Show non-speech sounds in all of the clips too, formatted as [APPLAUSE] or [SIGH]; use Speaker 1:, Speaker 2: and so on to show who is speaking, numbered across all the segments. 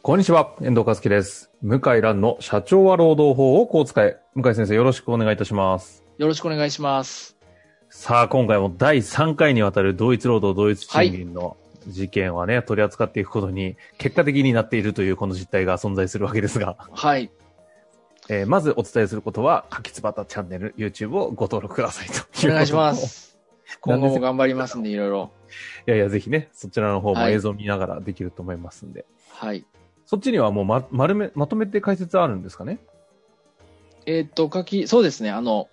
Speaker 1: こんにちは、遠藤和樹です。向井蘭の社長は労働法をこう使え。向井先生、よろしくお願いいたします。
Speaker 2: よろしくお願いします。
Speaker 1: さあ、今回も第3回にわたる同一労働同一賃金の事件はね、取り扱っていくことに、結果的になっているというこの実態が存在するわけですが、
Speaker 2: はい。
Speaker 1: えーまずお伝えすることは、柿椿チャンネル、YouTube をご登録くださいということ
Speaker 2: お願いしま。す。
Speaker 1: なんで
Speaker 2: 今後
Speaker 1: す
Speaker 2: も頑張りますんで、いろいろ。
Speaker 1: いやいや、ぜひね、そちらの方も
Speaker 2: はい
Speaker 1: 映像見ながらできると思いますんで。
Speaker 2: はい。
Speaker 1: そっちにはもうま、丸め、まとめて解説あるんですかね
Speaker 2: えーっと、書き、そうですね、あの、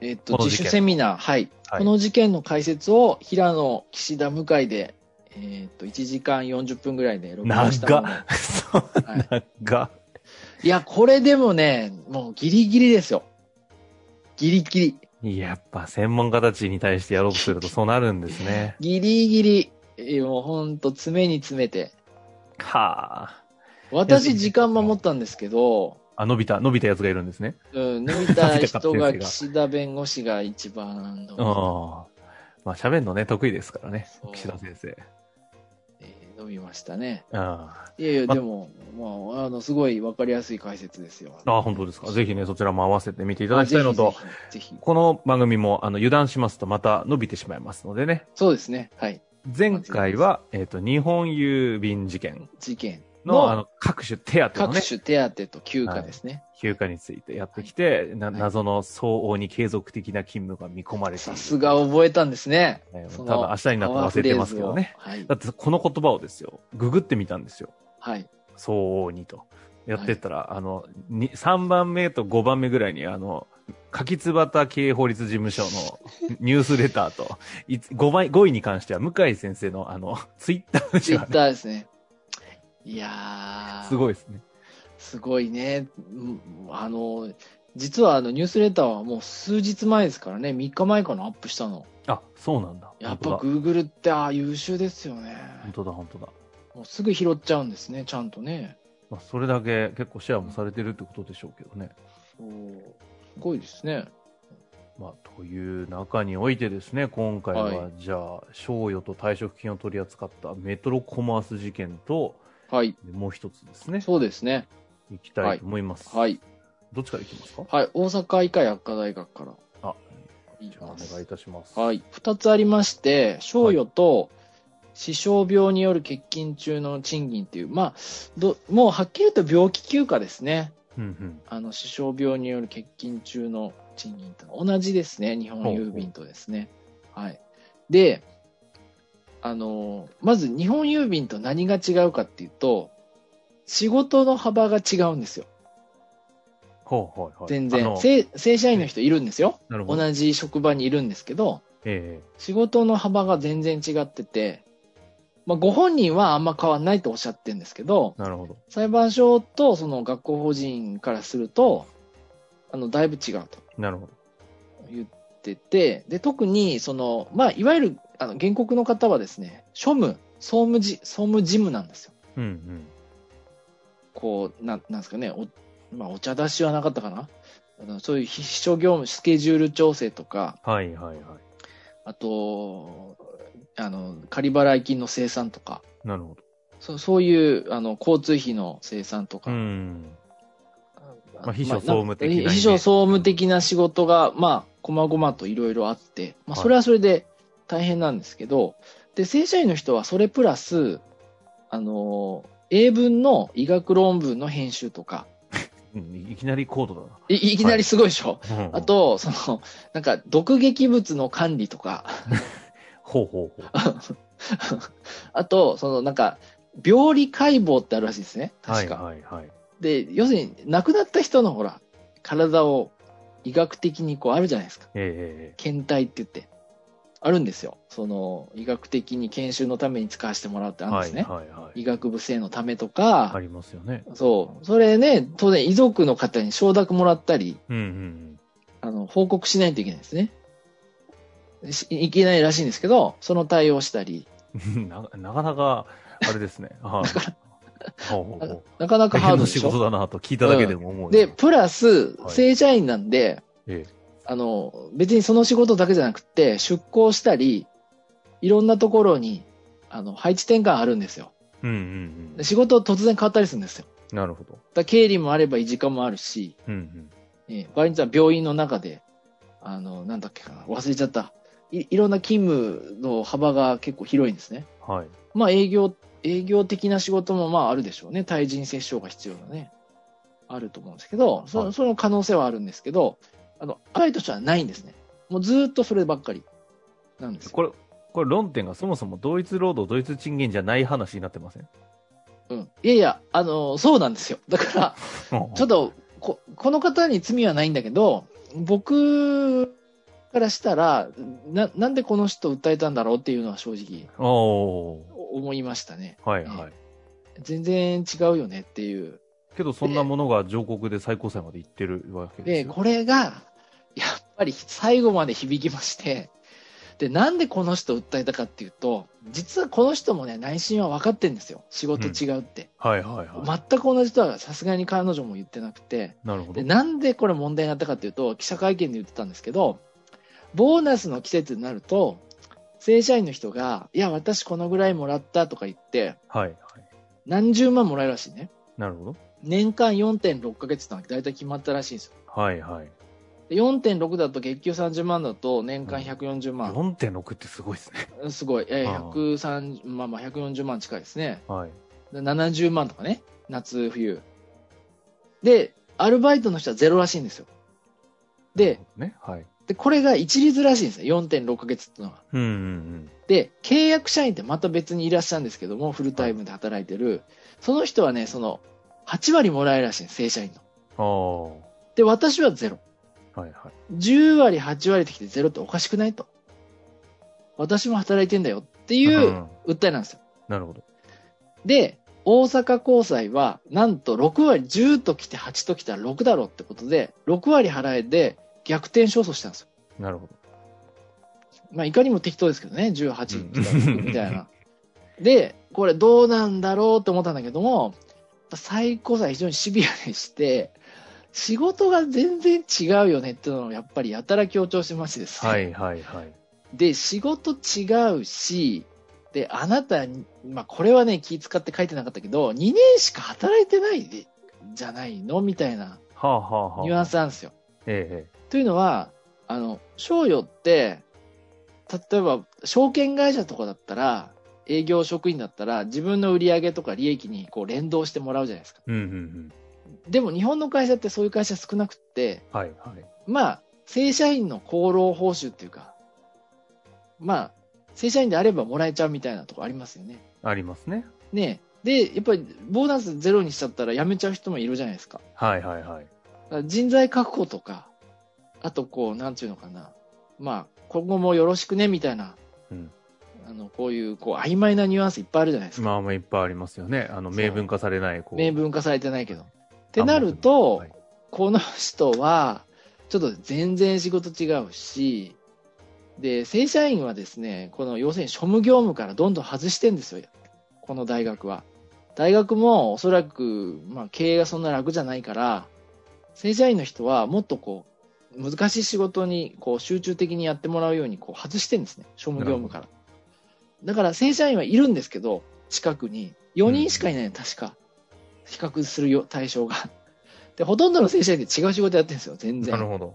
Speaker 2: えーっと、
Speaker 1: この
Speaker 2: 自
Speaker 1: 事件
Speaker 2: 主セミナー、はい。
Speaker 1: はい
Speaker 2: この事件の解説を、平野、岸田、向井で、えーっと、1時間40分ぐらいで録
Speaker 1: 長
Speaker 2: 画
Speaker 1: っ。
Speaker 2: したもの。
Speaker 1: [LAUGHS] そう、
Speaker 2: はい
Speaker 1: 長っ。
Speaker 2: いや、これでもね、もうギリギリですよ。ギリギリ。。
Speaker 1: やっぱ専門家たちに対してやろうとするとそうなるんですね
Speaker 2: ギリギリ。えーもうほんと、詰めに詰めて。
Speaker 1: はあ。
Speaker 2: 私、時間守ったんですけど、
Speaker 1: あ、伸びた、伸びたやつがいるんですね。
Speaker 2: うん、伸びた人
Speaker 1: 伸びた勝手
Speaker 2: が
Speaker 1: ですが
Speaker 2: 岸田弁護士が一番伸
Speaker 1: うん。
Speaker 2: びた
Speaker 1: まあ喋るのね、得意ですからね
Speaker 2: そ。う
Speaker 1: 岸田先生。
Speaker 2: えー伸びましたね。
Speaker 1: うん。あ、
Speaker 2: いやいや、
Speaker 1: ま
Speaker 2: でも、まあ、あの、すごい分かりやすい解説ですよ。
Speaker 1: 本当ですか。ぜひね、そちらも合わせて見ていただきたいのと、
Speaker 2: あ。ぜひぜひぜひ
Speaker 1: この番組も、あの、油断しますとまた伸びてしまいますのでね。
Speaker 2: そうですね。はい。
Speaker 1: 前回は、えっ、と、日本郵便事件
Speaker 2: 事件
Speaker 1: の、あ
Speaker 2: の
Speaker 1: の、各種手当の
Speaker 2: 各
Speaker 1: ね、
Speaker 2: 種手当と休暇ですね。
Speaker 1: 休暇についてやってきて、な
Speaker 2: はい
Speaker 1: 謎の相応に継続的な勤務が見込まれている
Speaker 2: さすが覚えたんですね。
Speaker 1: ね
Speaker 2: その
Speaker 1: ただ明日になって忘れてますけどね。
Speaker 2: パワーフレーズを。
Speaker 1: だってこの言葉をですよ、ググってみたんですよ。
Speaker 2: はい。はい。
Speaker 1: 相応にと。やってったら、あの、に3番目と5番目ぐらいに、あの、柿椿経営法律事務
Speaker 2: [LAUGHS]
Speaker 1: 所のニュースレターと、いつ 5, 倍5位に関しては向井先生の、あの、ツイッター
Speaker 2: ツイ
Speaker 1: が
Speaker 2: ッ
Speaker 1: ね
Speaker 2: ターですね。いやー。
Speaker 1: すごいですね。
Speaker 2: すごいね。うんあの、実はあのニュースレターはもう数日前ですからね、3日前かな、アップしたの。
Speaker 1: あ、そうなんだ。
Speaker 2: やっぱ
Speaker 1: 本当だ
Speaker 2: Google って、ああ、優秀ですよね。
Speaker 1: 本当だ、本当だ。
Speaker 2: もうすぐ拾っちゃうんですね、ちゃんとね。
Speaker 1: まあ、それだけ結構シェアもされてるってことでしょうけどね。
Speaker 2: そうすごいですね。
Speaker 1: まあ、という中においてですね、今回は、
Speaker 2: は
Speaker 1: じゃあ、賞与と退職金を取り扱ったメトロコマース事件と、
Speaker 2: はい。
Speaker 1: もう一つですね、
Speaker 2: そうですね。
Speaker 1: いきたいと思います。
Speaker 2: はい。
Speaker 1: どっちからいきますか
Speaker 2: はい。大阪医科薬科大学から。
Speaker 1: あ、
Speaker 2: い
Speaker 1: じゃあ、
Speaker 2: ま
Speaker 1: お願いい
Speaker 2: す。
Speaker 1: たします。
Speaker 2: はい。2つありまして、賞与と、死傷病による欠勤中の賃金っていう、まあ、どもうはっきり言うと病気休暇ですね。
Speaker 1: うんうん。
Speaker 2: あの死傷病による欠勤中の賃金と同じですね、日本郵便とですね。はい、であの、まず日本郵便と何が違うかっていうと、仕事の幅が違うんですよ、
Speaker 1: ほうほうほう。
Speaker 2: 全
Speaker 1: あ
Speaker 2: 然。
Speaker 1: の
Speaker 2: 正正社員の人いるんですよ、
Speaker 1: なるほど。
Speaker 2: 同じ職場にいるんですけど、
Speaker 1: え
Speaker 2: 仕事の幅が全然違ってて、まあ、ご本人はあんま変わんないとおっしゃってるんですけど、
Speaker 1: えなるほど。
Speaker 2: 裁判所とその学校法人からすると、あのだいぶ違うと。
Speaker 1: なるほど。
Speaker 2: 言ってて、で、特に、その、まあ、いわゆる、あの、原告の方はですね、庶務、総務事、総務事務なんですよ。
Speaker 1: うんうん。
Speaker 2: こう、なん、なんですかね、お、まあ、お茶出しはなかったかなあのそういう必勝業務、スケジュール調整とか、
Speaker 1: はいはいは
Speaker 2: あと、あの、仮払い金の生産とか、
Speaker 1: い。なるほど。
Speaker 2: そそういう、あの、交通費の生産と
Speaker 1: う
Speaker 2: か、
Speaker 1: ん。
Speaker 2: あ
Speaker 1: まあ秘書総務的なイメージ
Speaker 2: 秘書総務的な仕事が、まあ、こまごまといろいろあって、まあ、
Speaker 1: はい
Speaker 2: それはそれで大変なんですけど、で、正社員の人はそれプラス、あのー英文の医学論文の編集とか、
Speaker 1: うんいきなり高度
Speaker 2: いいきなりすごいでしょ、
Speaker 1: だな。うん
Speaker 2: あ、と、その、なんか、毒劇物の管理とか、 [LAUGHS]
Speaker 1: ほうほうほう。
Speaker 2: あと、その、なんか、病理解剖ってあるらしいですね。
Speaker 1: はい
Speaker 2: 確か。
Speaker 1: はいはい。
Speaker 2: で、要するに、亡くなった人の、ほら、体を医学的にこうあるじゃないですか。
Speaker 1: ええええええ
Speaker 2: 検体って言って。あるんですよ。その、医学的に研修のために使わせてもらうってあるんで
Speaker 1: は
Speaker 2: す
Speaker 1: い、
Speaker 2: ね。
Speaker 1: はい、は
Speaker 2: 医
Speaker 1: い。
Speaker 2: 学部生のためと
Speaker 1: あ
Speaker 2: か、
Speaker 1: りますよね。
Speaker 2: そう。それね、当然遺族の方に承諾もらったり、
Speaker 1: うん、うん
Speaker 2: あの、報告しないといけないんですね。しいけないらしいんですけど、その対応したり、
Speaker 1: うん。ななかなか、あれですね。はい。ほうほうほう
Speaker 2: なかなか
Speaker 1: 大
Speaker 2: ハー
Speaker 1: 変な
Speaker 2: ドで
Speaker 1: 仕
Speaker 2: しょ
Speaker 1: 事だなと聞いただけでも思う。
Speaker 2: で、プラス、
Speaker 1: はい
Speaker 2: 正社員なんで、
Speaker 1: ええ
Speaker 2: あの、別にその仕事だけじゃなくて、出向したり、いろんなところに、あの、配置転換あるんですよ。
Speaker 1: うんうん
Speaker 2: で仕事突然変わったりするんですよ。
Speaker 1: うん。なるほど。
Speaker 2: だから経理もあれば、維持課もあるし、
Speaker 1: うんうん。
Speaker 2: えー、場合によっては病院の中で、あの、なんだっけかな、忘れちゃった。いいろんな勤務の幅が結構広いんですね。
Speaker 1: はい。
Speaker 2: まあ営業、営業的な仕事もまああるでしょうね。対人接触が必要なね。あると思うんですけど、
Speaker 1: は
Speaker 2: そ
Speaker 1: い
Speaker 2: その可能性はあるんですけど、あの、赤いとしてはないんですね。もうずーっとそればっかりなんですよ。
Speaker 1: これ、これ論点がそもそも同一労働、同一賃金じゃない話になってません
Speaker 2: うん。いやいや、あの、そうなんですよ。だから、ちょっ
Speaker 1: と、
Speaker 2: とこ、この方に罪はないんだけど、僕からしたら、な、なんでこの人を訴えたんだろうっていうのは正直
Speaker 1: おー
Speaker 2: 思いましたね。
Speaker 1: はいはい。
Speaker 2: 全然違うよねっていう。
Speaker 1: けど、そんなものが上告で最高裁まで行ってるわけで
Speaker 2: で、
Speaker 1: すよ。
Speaker 2: これが、やっぱり最後まで響きまして、で、なんでこの人を訴えたかっていうと、実はこの人もね、内心は分かってんですよ。仕事違うって。
Speaker 1: はいはいは
Speaker 2: 全く同じとはさすがに彼女も言ってなくて、
Speaker 1: い。なるほど
Speaker 2: で、。なんでこれ問題になったかっていうと、記者会見で言ってたんですけど、ボーナスの季節になると、正社員の人が、いや、私このぐらいもらったとか言って、
Speaker 1: はいはい。
Speaker 2: 何十万もらえるらしいね。
Speaker 1: なるほど。
Speaker 2: 年間4.6ヶ月ってのは大体決まったらしいんですよ。
Speaker 1: はいはい。
Speaker 2: で4.6だと月給30万だと年間140万、
Speaker 1: 4.6ってすごいですね。
Speaker 2: すごい、え
Speaker 1: あ
Speaker 2: ー
Speaker 1: あ
Speaker 2: 130まあ、まあ140万近いですね
Speaker 1: はい。
Speaker 2: で70万とかね夏冬でアルバイトの人はゼロらしいんですよで、
Speaker 1: ね。はい。
Speaker 2: でこれが一律らしいんですね4.6ヶ月っていうのは
Speaker 1: うんうん
Speaker 2: で契約社員ってまた別にいらっしゃるんですけどもフルタイムで働いてる、その人はねその8割もらえるらしいんです正社員
Speaker 1: うん。ああ。
Speaker 2: の
Speaker 1: は
Speaker 2: で私はゼロ
Speaker 1: いはい。
Speaker 2: 10割8割ってきてゼロっておかしくないと私も働いてんだよっていう、
Speaker 1: ん
Speaker 2: 訴えなんですよ。
Speaker 1: なるほど。
Speaker 2: で、大阪高裁は、なんと6割、10ときて8ときたら6だろうってことで、6割払えで逆転勝訴したんですよ。
Speaker 1: なるほ
Speaker 2: まあ、いかにも適当ですけどね、18とか
Speaker 1: うん
Speaker 2: みたいな。で、これどうなんだろうと思ったんだけども、最高裁非常にシビアにして、仕事が全然違うよねっていうのをやっぱりやたら強調してましてです
Speaker 1: ど。
Speaker 2: ね。
Speaker 1: はいはいはい。
Speaker 2: で、仕事違うし、で、あなたに、まあ、これはね、気使って書いてなかったけど、2年しか働いてないでじゃないのみたいな
Speaker 1: はあはあはあ。
Speaker 2: ニュアンスなんですよ。
Speaker 1: え
Speaker 2: というのは、あの、賞与って、例えば、証券会社とかだったら、営業職員だったら、自分の売り上げとか利益にこう連動してもらうじゃないですか。
Speaker 1: えええ。うんうんうん。
Speaker 2: でも、日本の会社ってそういう会社少なくって、
Speaker 1: はいはい。
Speaker 2: まあ、正社員の功労報酬っていうか、まあ、正社員であればもらえちゃうみたいなとこありますよね。
Speaker 1: ありますね。
Speaker 2: ねえで、やっぱりボーナスゼロにしちゃったら辞めちゃう人もいるじゃないですか。
Speaker 1: はいはいはい。
Speaker 2: だから人材確保とか、あとこう、なんていうのかな。まあ、今後もよろしくね、みたいな。
Speaker 1: うん
Speaker 2: あの、こういう、こう、曖昧なニュアンスいっぱいあるじゃないですか。
Speaker 1: まあまあいっぱいありますよね。あの、
Speaker 2: そう
Speaker 1: 明文化されない、こう。
Speaker 2: 明
Speaker 1: っ
Speaker 2: 文化されてないけど。ってなると、
Speaker 1: はい、
Speaker 2: この人は、ちょっと全然仕事違うし、で、正社員はですね、この要するに庶務業務からどんどん外してんですよ、この大学は。大学もおそらく、まあ、経営がそんな楽じゃないから、正社員の人はもっとこう、難しい仕事にこう集中的にやってもらうようにこう外してんですね、庶務業務から。だから正社員はいるんですけど、近くに。4人しかいないの、確か。比較するよ対象が。で、ほとんどの正社員って違う仕事やってるんですよ、全然
Speaker 1: な。るほど。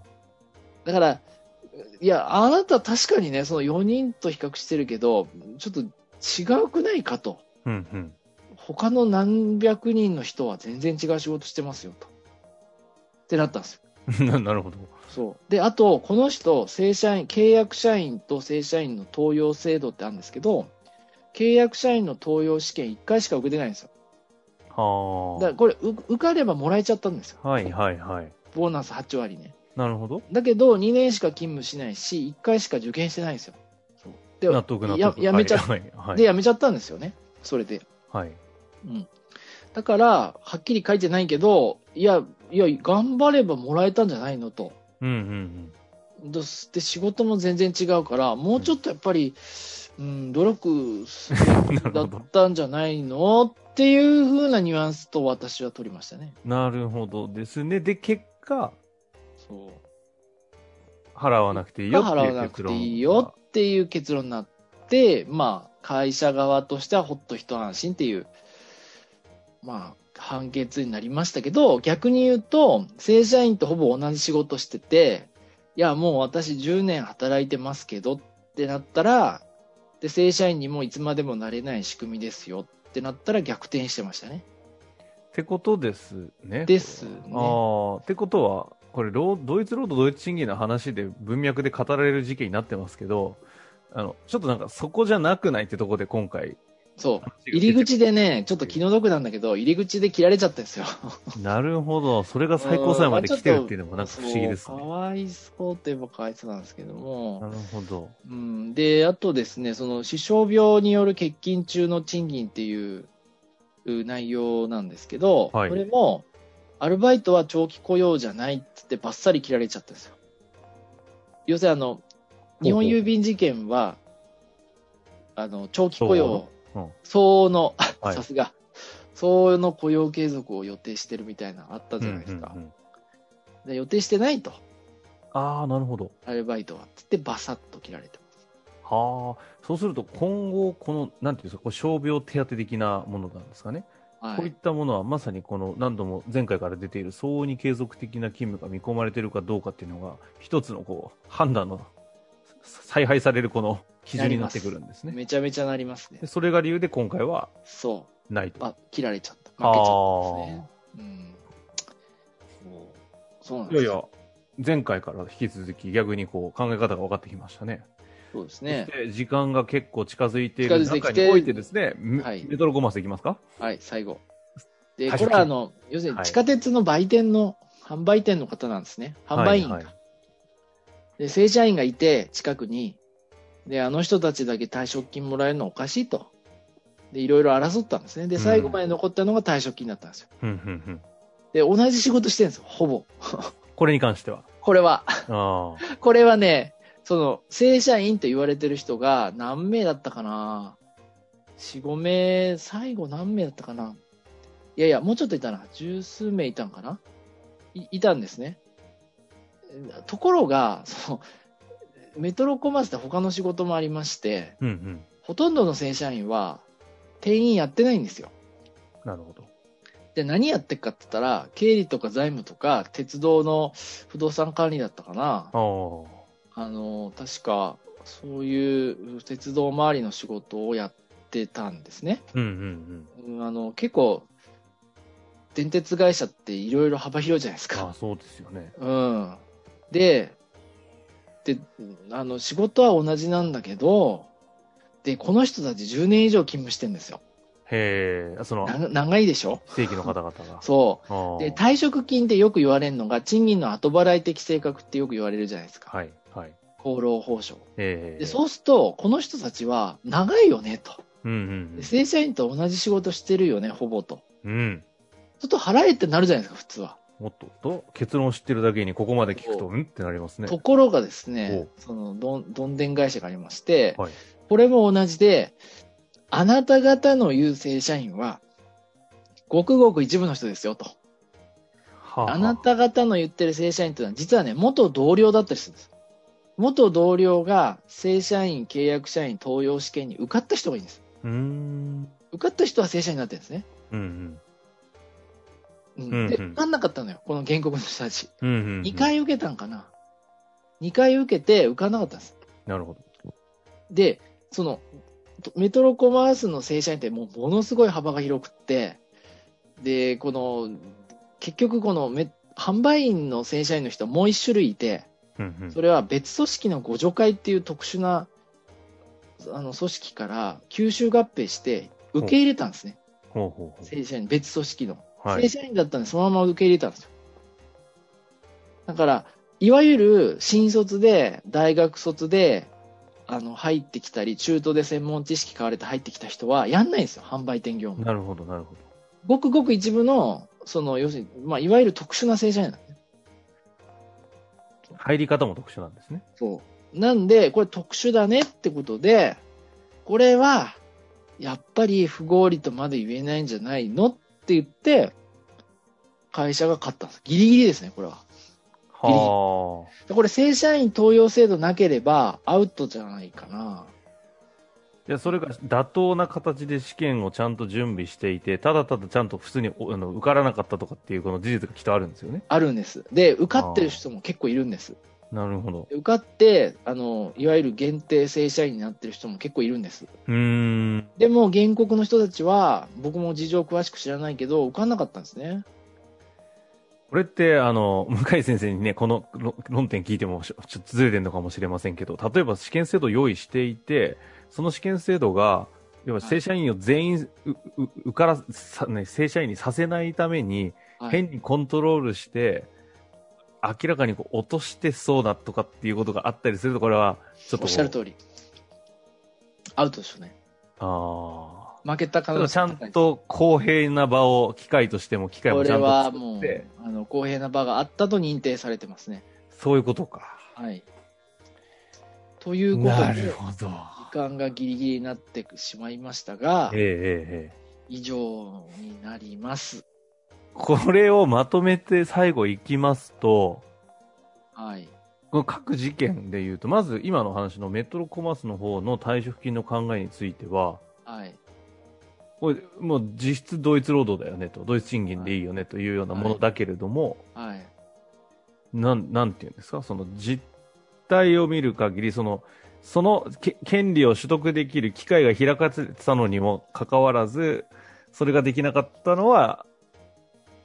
Speaker 2: だから、いや、あなた確かにね、その4人と比較してるけど、ちょっと違うくないかと。
Speaker 1: うんうん。
Speaker 2: 他の何百人の人は全然違う仕事してますよと。ってなったんですよ。
Speaker 1: [LAUGHS] ななるほど。
Speaker 2: そう。で、あと、この人、正社員、契約社員と正社員の登用制度ってあるんですけど、契約社員の登用試験1回しか受けてないんですよ。だ
Speaker 1: は
Speaker 2: か
Speaker 1: あ
Speaker 2: らこれ、う受かればもらえちゃったんですよ。。
Speaker 1: はいはいはい。
Speaker 2: ボーナス8割ね。
Speaker 1: なるほど。
Speaker 2: だけど、2年しか勤務しないし、1回しか受験してないんですよ。で
Speaker 1: 納得納
Speaker 2: や
Speaker 1: 得。
Speaker 2: やめちゃっ
Speaker 1: はいはい。
Speaker 2: で、辞めちゃったんですよね、それで。
Speaker 1: はい。
Speaker 2: うん。だから、はっきり書いてないけど、いや、いや、頑張ればもらえたんじゃないのと。
Speaker 1: うんうん
Speaker 2: どで、仕事も全然違うから、もうちょっとやっぱり、うん、努力すべ
Speaker 1: うん。なる
Speaker 2: きだ
Speaker 1: ほ
Speaker 2: っ
Speaker 1: ど。
Speaker 2: たんじゃないのっていうふうなニュアンスと私は取りましたね。
Speaker 1: なるほどですね。で、結果、
Speaker 2: [LAUGHS] そう。
Speaker 1: 払わなくていいよって
Speaker 2: 払わ
Speaker 1: いう
Speaker 2: な
Speaker 1: 結
Speaker 2: く
Speaker 1: 論
Speaker 2: て
Speaker 1: が
Speaker 2: いいよっていう結論になって、まあ、会社側としてはほっと一安心っていう、まあ、判決になりましたけど、逆に言うと、正社員とほぼ同じ仕事してて、いや、もう私10年働いてますけどってなったら、で、正社員にもいつまでもなれない仕組みですよってなったら逆転してましたね。
Speaker 1: ってことですね。
Speaker 2: ですね
Speaker 1: ああ、ってことは、これロー、ドイツロード、ドイツ賃金の話で文脈で語られる事件になってますけど、あの、ちょっとなんかそこじゃなくないってとこで今回。
Speaker 2: そう。入り口でね、ちょっと気の毒なんだけど、入り口で切られちゃったんですよ。
Speaker 1: なるほど。それが最高裁まで来てるっていうのもなんか不思議です
Speaker 2: そう
Speaker 1: ね。
Speaker 2: かわいそうといえばかわいそうなんですけど
Speaker 1: な
Speaker 2: も、
Speaker 1: るほど。
Speaker 2: うん、であとですねその死傷病による欠勤中の賃金っていうう内容なんですけど、
Speaker 1: はい
Speaker 2: これもアルバイトは長期雇用じゃないっつってばっさり切られちゃったんですよ要するにあの日本郵便事件はあの長期雇用
Speaker 1: 相応のうん
Speaker 2: 相応の、あ
Speaker 1: はい
Speaker 2: さすが相応の雇用継続を予定してるみたいなのあったじゃないですか、
Speaker 1: うんうんうん
Speaker 2: で予定してないと
Speaker 1: ああ、なるほど。
Speaker 2: アルバイトはつってバサッと切られてます
Speaker 1: はあ。そうすると今後、この、なんていうんですか、こう傷病手当的なものなんですかね。
Speaker 2: は
Speaker 1: こうい
Speaker 2: い
Speaker 1: っ、たものはまさにこの何度も前回から出ている相応に継続的な勤務が見込まれているかどうかっていうのが一つのこう判断の采配されるこの基準になってくるんですね
Speaker 2: めちゃめちゃなりますね
Speaker 1: で。それが理由で今回は
Speaker 2: そ
Speaker 1: ないと
Speaker 2: う。あ、切られちゃった。負けちゃったんですね。うん。そうそうなん
Speaker 1: い
Speaker 2: で
Speaker 1: や
Speaker 2: す
Speaker 1: い
Speaker 2: よ。
Speaker 1: や前回から引き続き逆にこう考え方が分かってきましたね
Speaker 2: そうですね。
Speaker 1: そして時間が結構近づいている
Speaker 2: 近づいて
Speaker 1: 中に
Speaker 2: きて
Speaker 1: おいてですねメ
Speaker 2: はい
Speaker 1: メトロゴマスいきますか
Speaker 2: はい、最後。で、
Speaker 1: はい
Speaker 2: これはあの、要する
Speaker 1: は
Speaker 2: に
Speaker 1: い
Speaker 2: 地下鉄の売店の、販売店の方なんですね。販売員か、
Speaker 1: はいはい
Speaker 2: で、正社員がいて、近くに、で、あの人たちだけ退職金もらえるのおかしいと。で、いろいろ争ったんですね。で、最後まで残ったのが退職金だったんですよ。
Speaker 1: ふんふんふん
Speaker 2: で、同じ仕事してるんですよ、ほぼ。
Speaker 1: これに関しては
Speaker 2: これは。
Speaker 1: ああ
Speaker 2: これはね、その、正社員と言われてる人が何名だったかな ?4、5名、最後何名だったかないやいや、もうちょっといたな。十数名いたんかないいたんですね。ところが、その、メトロコマースって他の仕事もありまして、
Speaker 1: うんうん
Speaker 2: ほとんどの正社員は店員やってないんですよ。
Speaker 1: なるほど
Speaker 2: で、何やってっかって言ったら、経理とか財務とか、鉄道の不動産管理だったかな
Speaker 1: ああ
Speaker 2: あの、確か、そういう鉄道周りの仕事をやってたんですね。
Speaker 1: うんうんうん
Speaker 2: うんあの、結構、電鉄会社っていろいろ幅広いじゃないです
Speaker 1: ああ
Speaker 2: か。
Speaker 1: そうですよね
Speaker 2: うん。で、で、あの、仕事は同じなんだけど、で、この人たち10年以上勤務してんですよ。
Speaker 1: へえ、その、
Speaker 2: な長いでしょ
Speaker 1: 正規の方々が。
Speaker 2: そ
Speaker 1: あ
Speaker 2: う。
Speaker 1: ー
Speaker 2: で、退職金ってよく言われるのが、賃金の後払い的性格ってよく言われるじゃないですか。
Speaker 1: はい、はい。
Speaker 2: 厚労報奨。
Speaker 1: ええ。
Speaker 2: でそうすると、この人たちは長いよねと。
Speaker 1: うんうん
Speaker 2: で正社員と同じ仕事してるよね、ほぼと。
Speaker 1: うん。うん。
Speaker 2: ちょっと払えってなるじゃないですか、普通は。
Speaker 1: もっとと、結論を知ってるだけに、ここまで聞くと、うんってなりますね。
Speaker 2: ところがですね、そのどんどんでん会社がありまして、
Speaker 1: はい
Speaker 2: これも同じで、あなた方の言う正社員は、ごくごく一部の人ですよと。
Speaker 1: は
Speaker 2: あな。た方の言ってる正社員というのは、実はね、元同僚だったりするんです。元同僚が正社員、契約社員、登用試験に受かった人がいいんです。
Speaker 1: うーん。
Speaker 2: 受かった人は正社員になってるんですね。
Speaker 1: うんうん。
Speaker 2: うん
Speaker 1: うんうん
Speaker 2: で、受かんなかったのよ、この原告の人たち。
Speaker 1: うんうんうん。
Speaker 2: 2。回受けたんかな。2回受けて受からなかったんです。
Speaker 1: なるほど。
Speaker 2: で、その、とメトロコマースの正社員ってもうものすごい幅が広くって、で、この、結局このめ、販売員の正社員の人はもう一種類いて、
Speaker 1: うんうん。
Speaker 2: それは別組織の互助会っていう特殊な、あの、組織から吸収合併して受け入れたんですね。
Speaker 1: ほうほうほ
Speaker 2: 正社員、別組織の。
Speaker 1: う。は
Speaker 2: 正
Speaker 1: い。
Speaker 2: 社員だったんで、そのまま受け入れたんですよ。だから、いわゆる新卒で、大学卒で、あの入ってきたり、中途で専門知識買われて入ってきた人は、やんないんですよ、販売店業務。
Speaker 1: なるほど、なるほど。
Speaker 2: ごくごく一部の、その、要するに、まあ、いわゆる特殊な正社員なんですね。
Speaker 1: 入り方も特殊なんですね。
Speaker 2: そう。なんで、これ特殊だねってことで、これは、やっぱり不合理とまで言えないんじゃないのって言って、会社が勝ったんです。ギリギリですね、これは。リギリ
Speaker 1: は
Speaker 2: でこれ、正社員登用制度なければ、アウトじゃないか
Speaker 1: あ。
Speaker 2: な。
Speaker 1: じゃあそれが妥当な形で試験をちゃんと準備していて、ただただちゃんと普通におあの受からなかったとかっていうこの事実がきっとあるんですよね。
Speaker 2: あるんです。で、受かってる人も結構いるんです。
Speaker 1: なるほど。
Speaker 2: 受かって、あの、いわゆる限定正社員になってる人も結構いるんです。
Speaker 1: うーん。
Speaker 2: でも、原告の人たちは、僕も事情詳しく知らないけど、受かんなかったんですね。
Speaker 1: これって、あの、 [LAUGHS] 向井先生にね、このろ論点聞いてもしちょっとずれてるのかもしれませんけど、例えば試験制度を用意していて、その試験制度が、要は正社員を全員、うう受からさ、ね、正社員にさせないために、
Speaker 2: はい
Speaker 1: 変にコントロールして、明らかにこう落としてそうだとかっていうことがあったりすると、これは、ちょっと。
Speaker 2: おっしゃる通り。アウトですよね。
Speaker 1: ああ。
Speaker 2: 負けた
Speaker 1: だか
Speaker 2: 可能
Speaker 1: らち
Speaker 2: 性
Speaker 1: ゃ
Speaker 2: 高い
Speaker 1: んと公平な場を、機会としても機会
Speaker 2: こ
Speaker 1: もち
Speaker 2: れ
Speaker 1: ゃんと
Speaker 2: は
Speaker 1: 作
Speaker 2: も
Speaker 1: っ
Speaker 2: う
Speaker 1: て、
Speaker 2: あの、公平な場があったと認定されてますね。
Speaker 1: そういうことか。
Speaker 2: はい。ということ
Speaker 1: な
Speaker 2: で
Speaker 1: る、ほど。
Speaker 2: 時間がギリギリになってしまいましたが
Speaker 1: え、えええええ。
Speaker 2: 以上になります。
Speaker 1: これをまとめて最後行きますと、
Speaker 2: はい。
Speaker 1: この各事件で言うと、まず今の話のメトロコマースの方の退職金の考えについては、
Speaker 2: はい。
Speaker 1: これもう実質ドイツ労働だよねと、ドイツ賃金でいいよねというようなものだけれども、
Speaker 2: はい。
Speaker 1: なん、なんていうんですか、その実態を見る限り、その、そのけ権利を取得できる機会が開かれてたのにもかかわらず、それができなかったのは、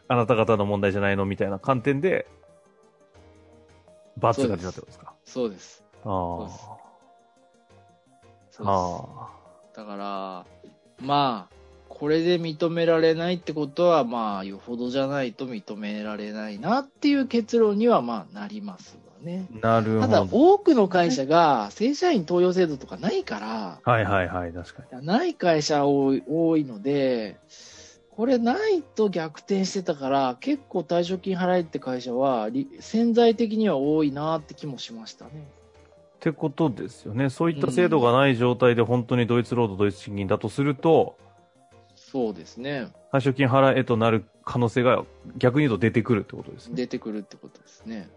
Speaker 1: あなた方の問題じゃないのみたいな観点で、罰が出たってことですか。
Speaker 2: そうです。
Speaker 1: あ
Speaker 2: う
Speaker 1: あ
Speaker 2: ですそうで
Speaker 1: あ
Speaker 2: す。だから、まあ、これで認められないってことは、まあ、よほどじゃないと認められないなっていう結論には、まあ、なりますわね。
Speaker 1: ー。なる
Speaker 2: た
Speaker 1: ほ
Speaker 2: だ、
Speaker 1: ど。
Speaker 2: 多くの会社が正社員登用制度とかないから、
Speaker 1: はいはいはい、確かに。
Speaker 2: ない会社多い多いので、これないと逆転してたから、結構退職金払えって会社はり潜在的には多いなって気もしましたね。
Speaker 1: ってことですよね。そういった制度がない状態で本当にドイツ労働、ドイツ賃金だとすると、
Speaker 2: そうですね。
Speaker 1: 退職金払えとなる可能性が逆に言うと出てくるってことですね。
Speaker 2: 出てくるってことですね。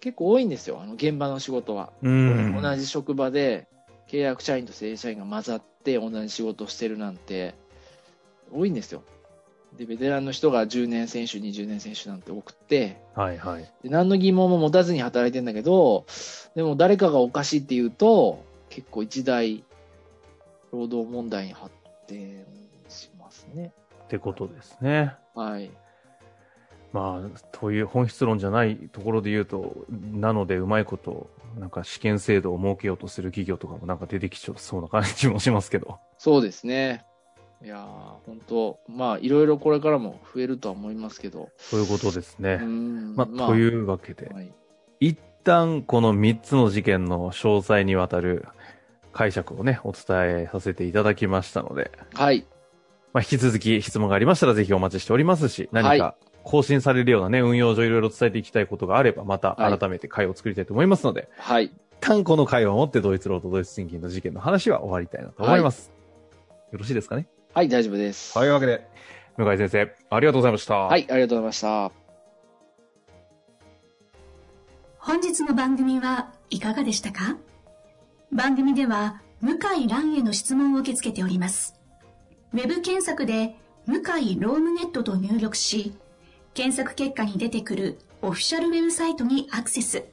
Speaker 2: 結構多いんですよ、あの現場の仕事は。
Speaker 1: うん。
Speaker 2: 同じ職場で契約社員と正社員が混ざって同じ仕事をしてるなんて多いんですよ。で、ベテランの人が10年選手、20年選手なんて多くって、
Speaker 1: はいはい。
Speaker 2: で何の疑問も持たずに働いてんだけど、でも誰かがおかしいって言うと、結構一大労働問題に発展しますね。
Speaker 1: ってことですね。
Speaker 2: はい。
Speaker 1: まあ、という本質論じゃないところで言うと、なのでうまいこと、なんか試験制度を設けようとする企業とかもなんか出てきちゃうそうな感じもしますけ
Speaker 2: [LAUGHS]
Speaker 1: ど。
Speaker 2: そうですね。いやー、本当まあ、いろいろこれからも増えるとは思いますけど。
Speaker 1: そういうことです
Speaker 2: う
Speaker 1: ね。
Speaker 2: ん
Speaker 1: まあ、と
Speaker 2: う、
Speaker 1: いうわけで、
Speaker 2: はい。
Speaker 1: 一旦この3つの事件の詳細にわたる解釈をね、お伝えさせていただきましたので、
Speaker 2: はい。
Speaker 1: まあ、引き続き質問がありましたらぜひお待ちしておりますし、何
Speaker 2: は
Speaker 1: か更新されるようなね、運用上いろいろ伝えていきたいことがあれば、また
Speaker 2: はい
Speaker 1: 改めて会を作りたいと思いますので、
Speaker 2: はい。
Speaker 1: 一旦この会話をもってドイツローとドイツ賃金の事件の話は終わりたいなと思います。よろしいですかね
Speaker 2: はい、大丈夫です。
Speaker 1: というわけで、向井先生、ありがとうございました。は
Speaker 2: はい、ありがとうございました。
Speaker 3: 本日の番組はいかがでしたか番組では向井蘭への質問を受け付けております。ウェブ検索で向井ロームネットと入力し、検索結果に出てくるオフィシャルウェブサイトにアクセス。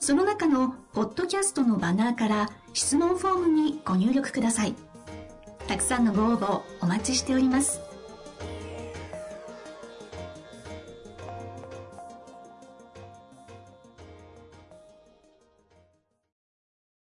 Speaker 3: その中のポッドキャストのバナーから質問フォームにご入力ください。たくさんのご応募お待ちしております。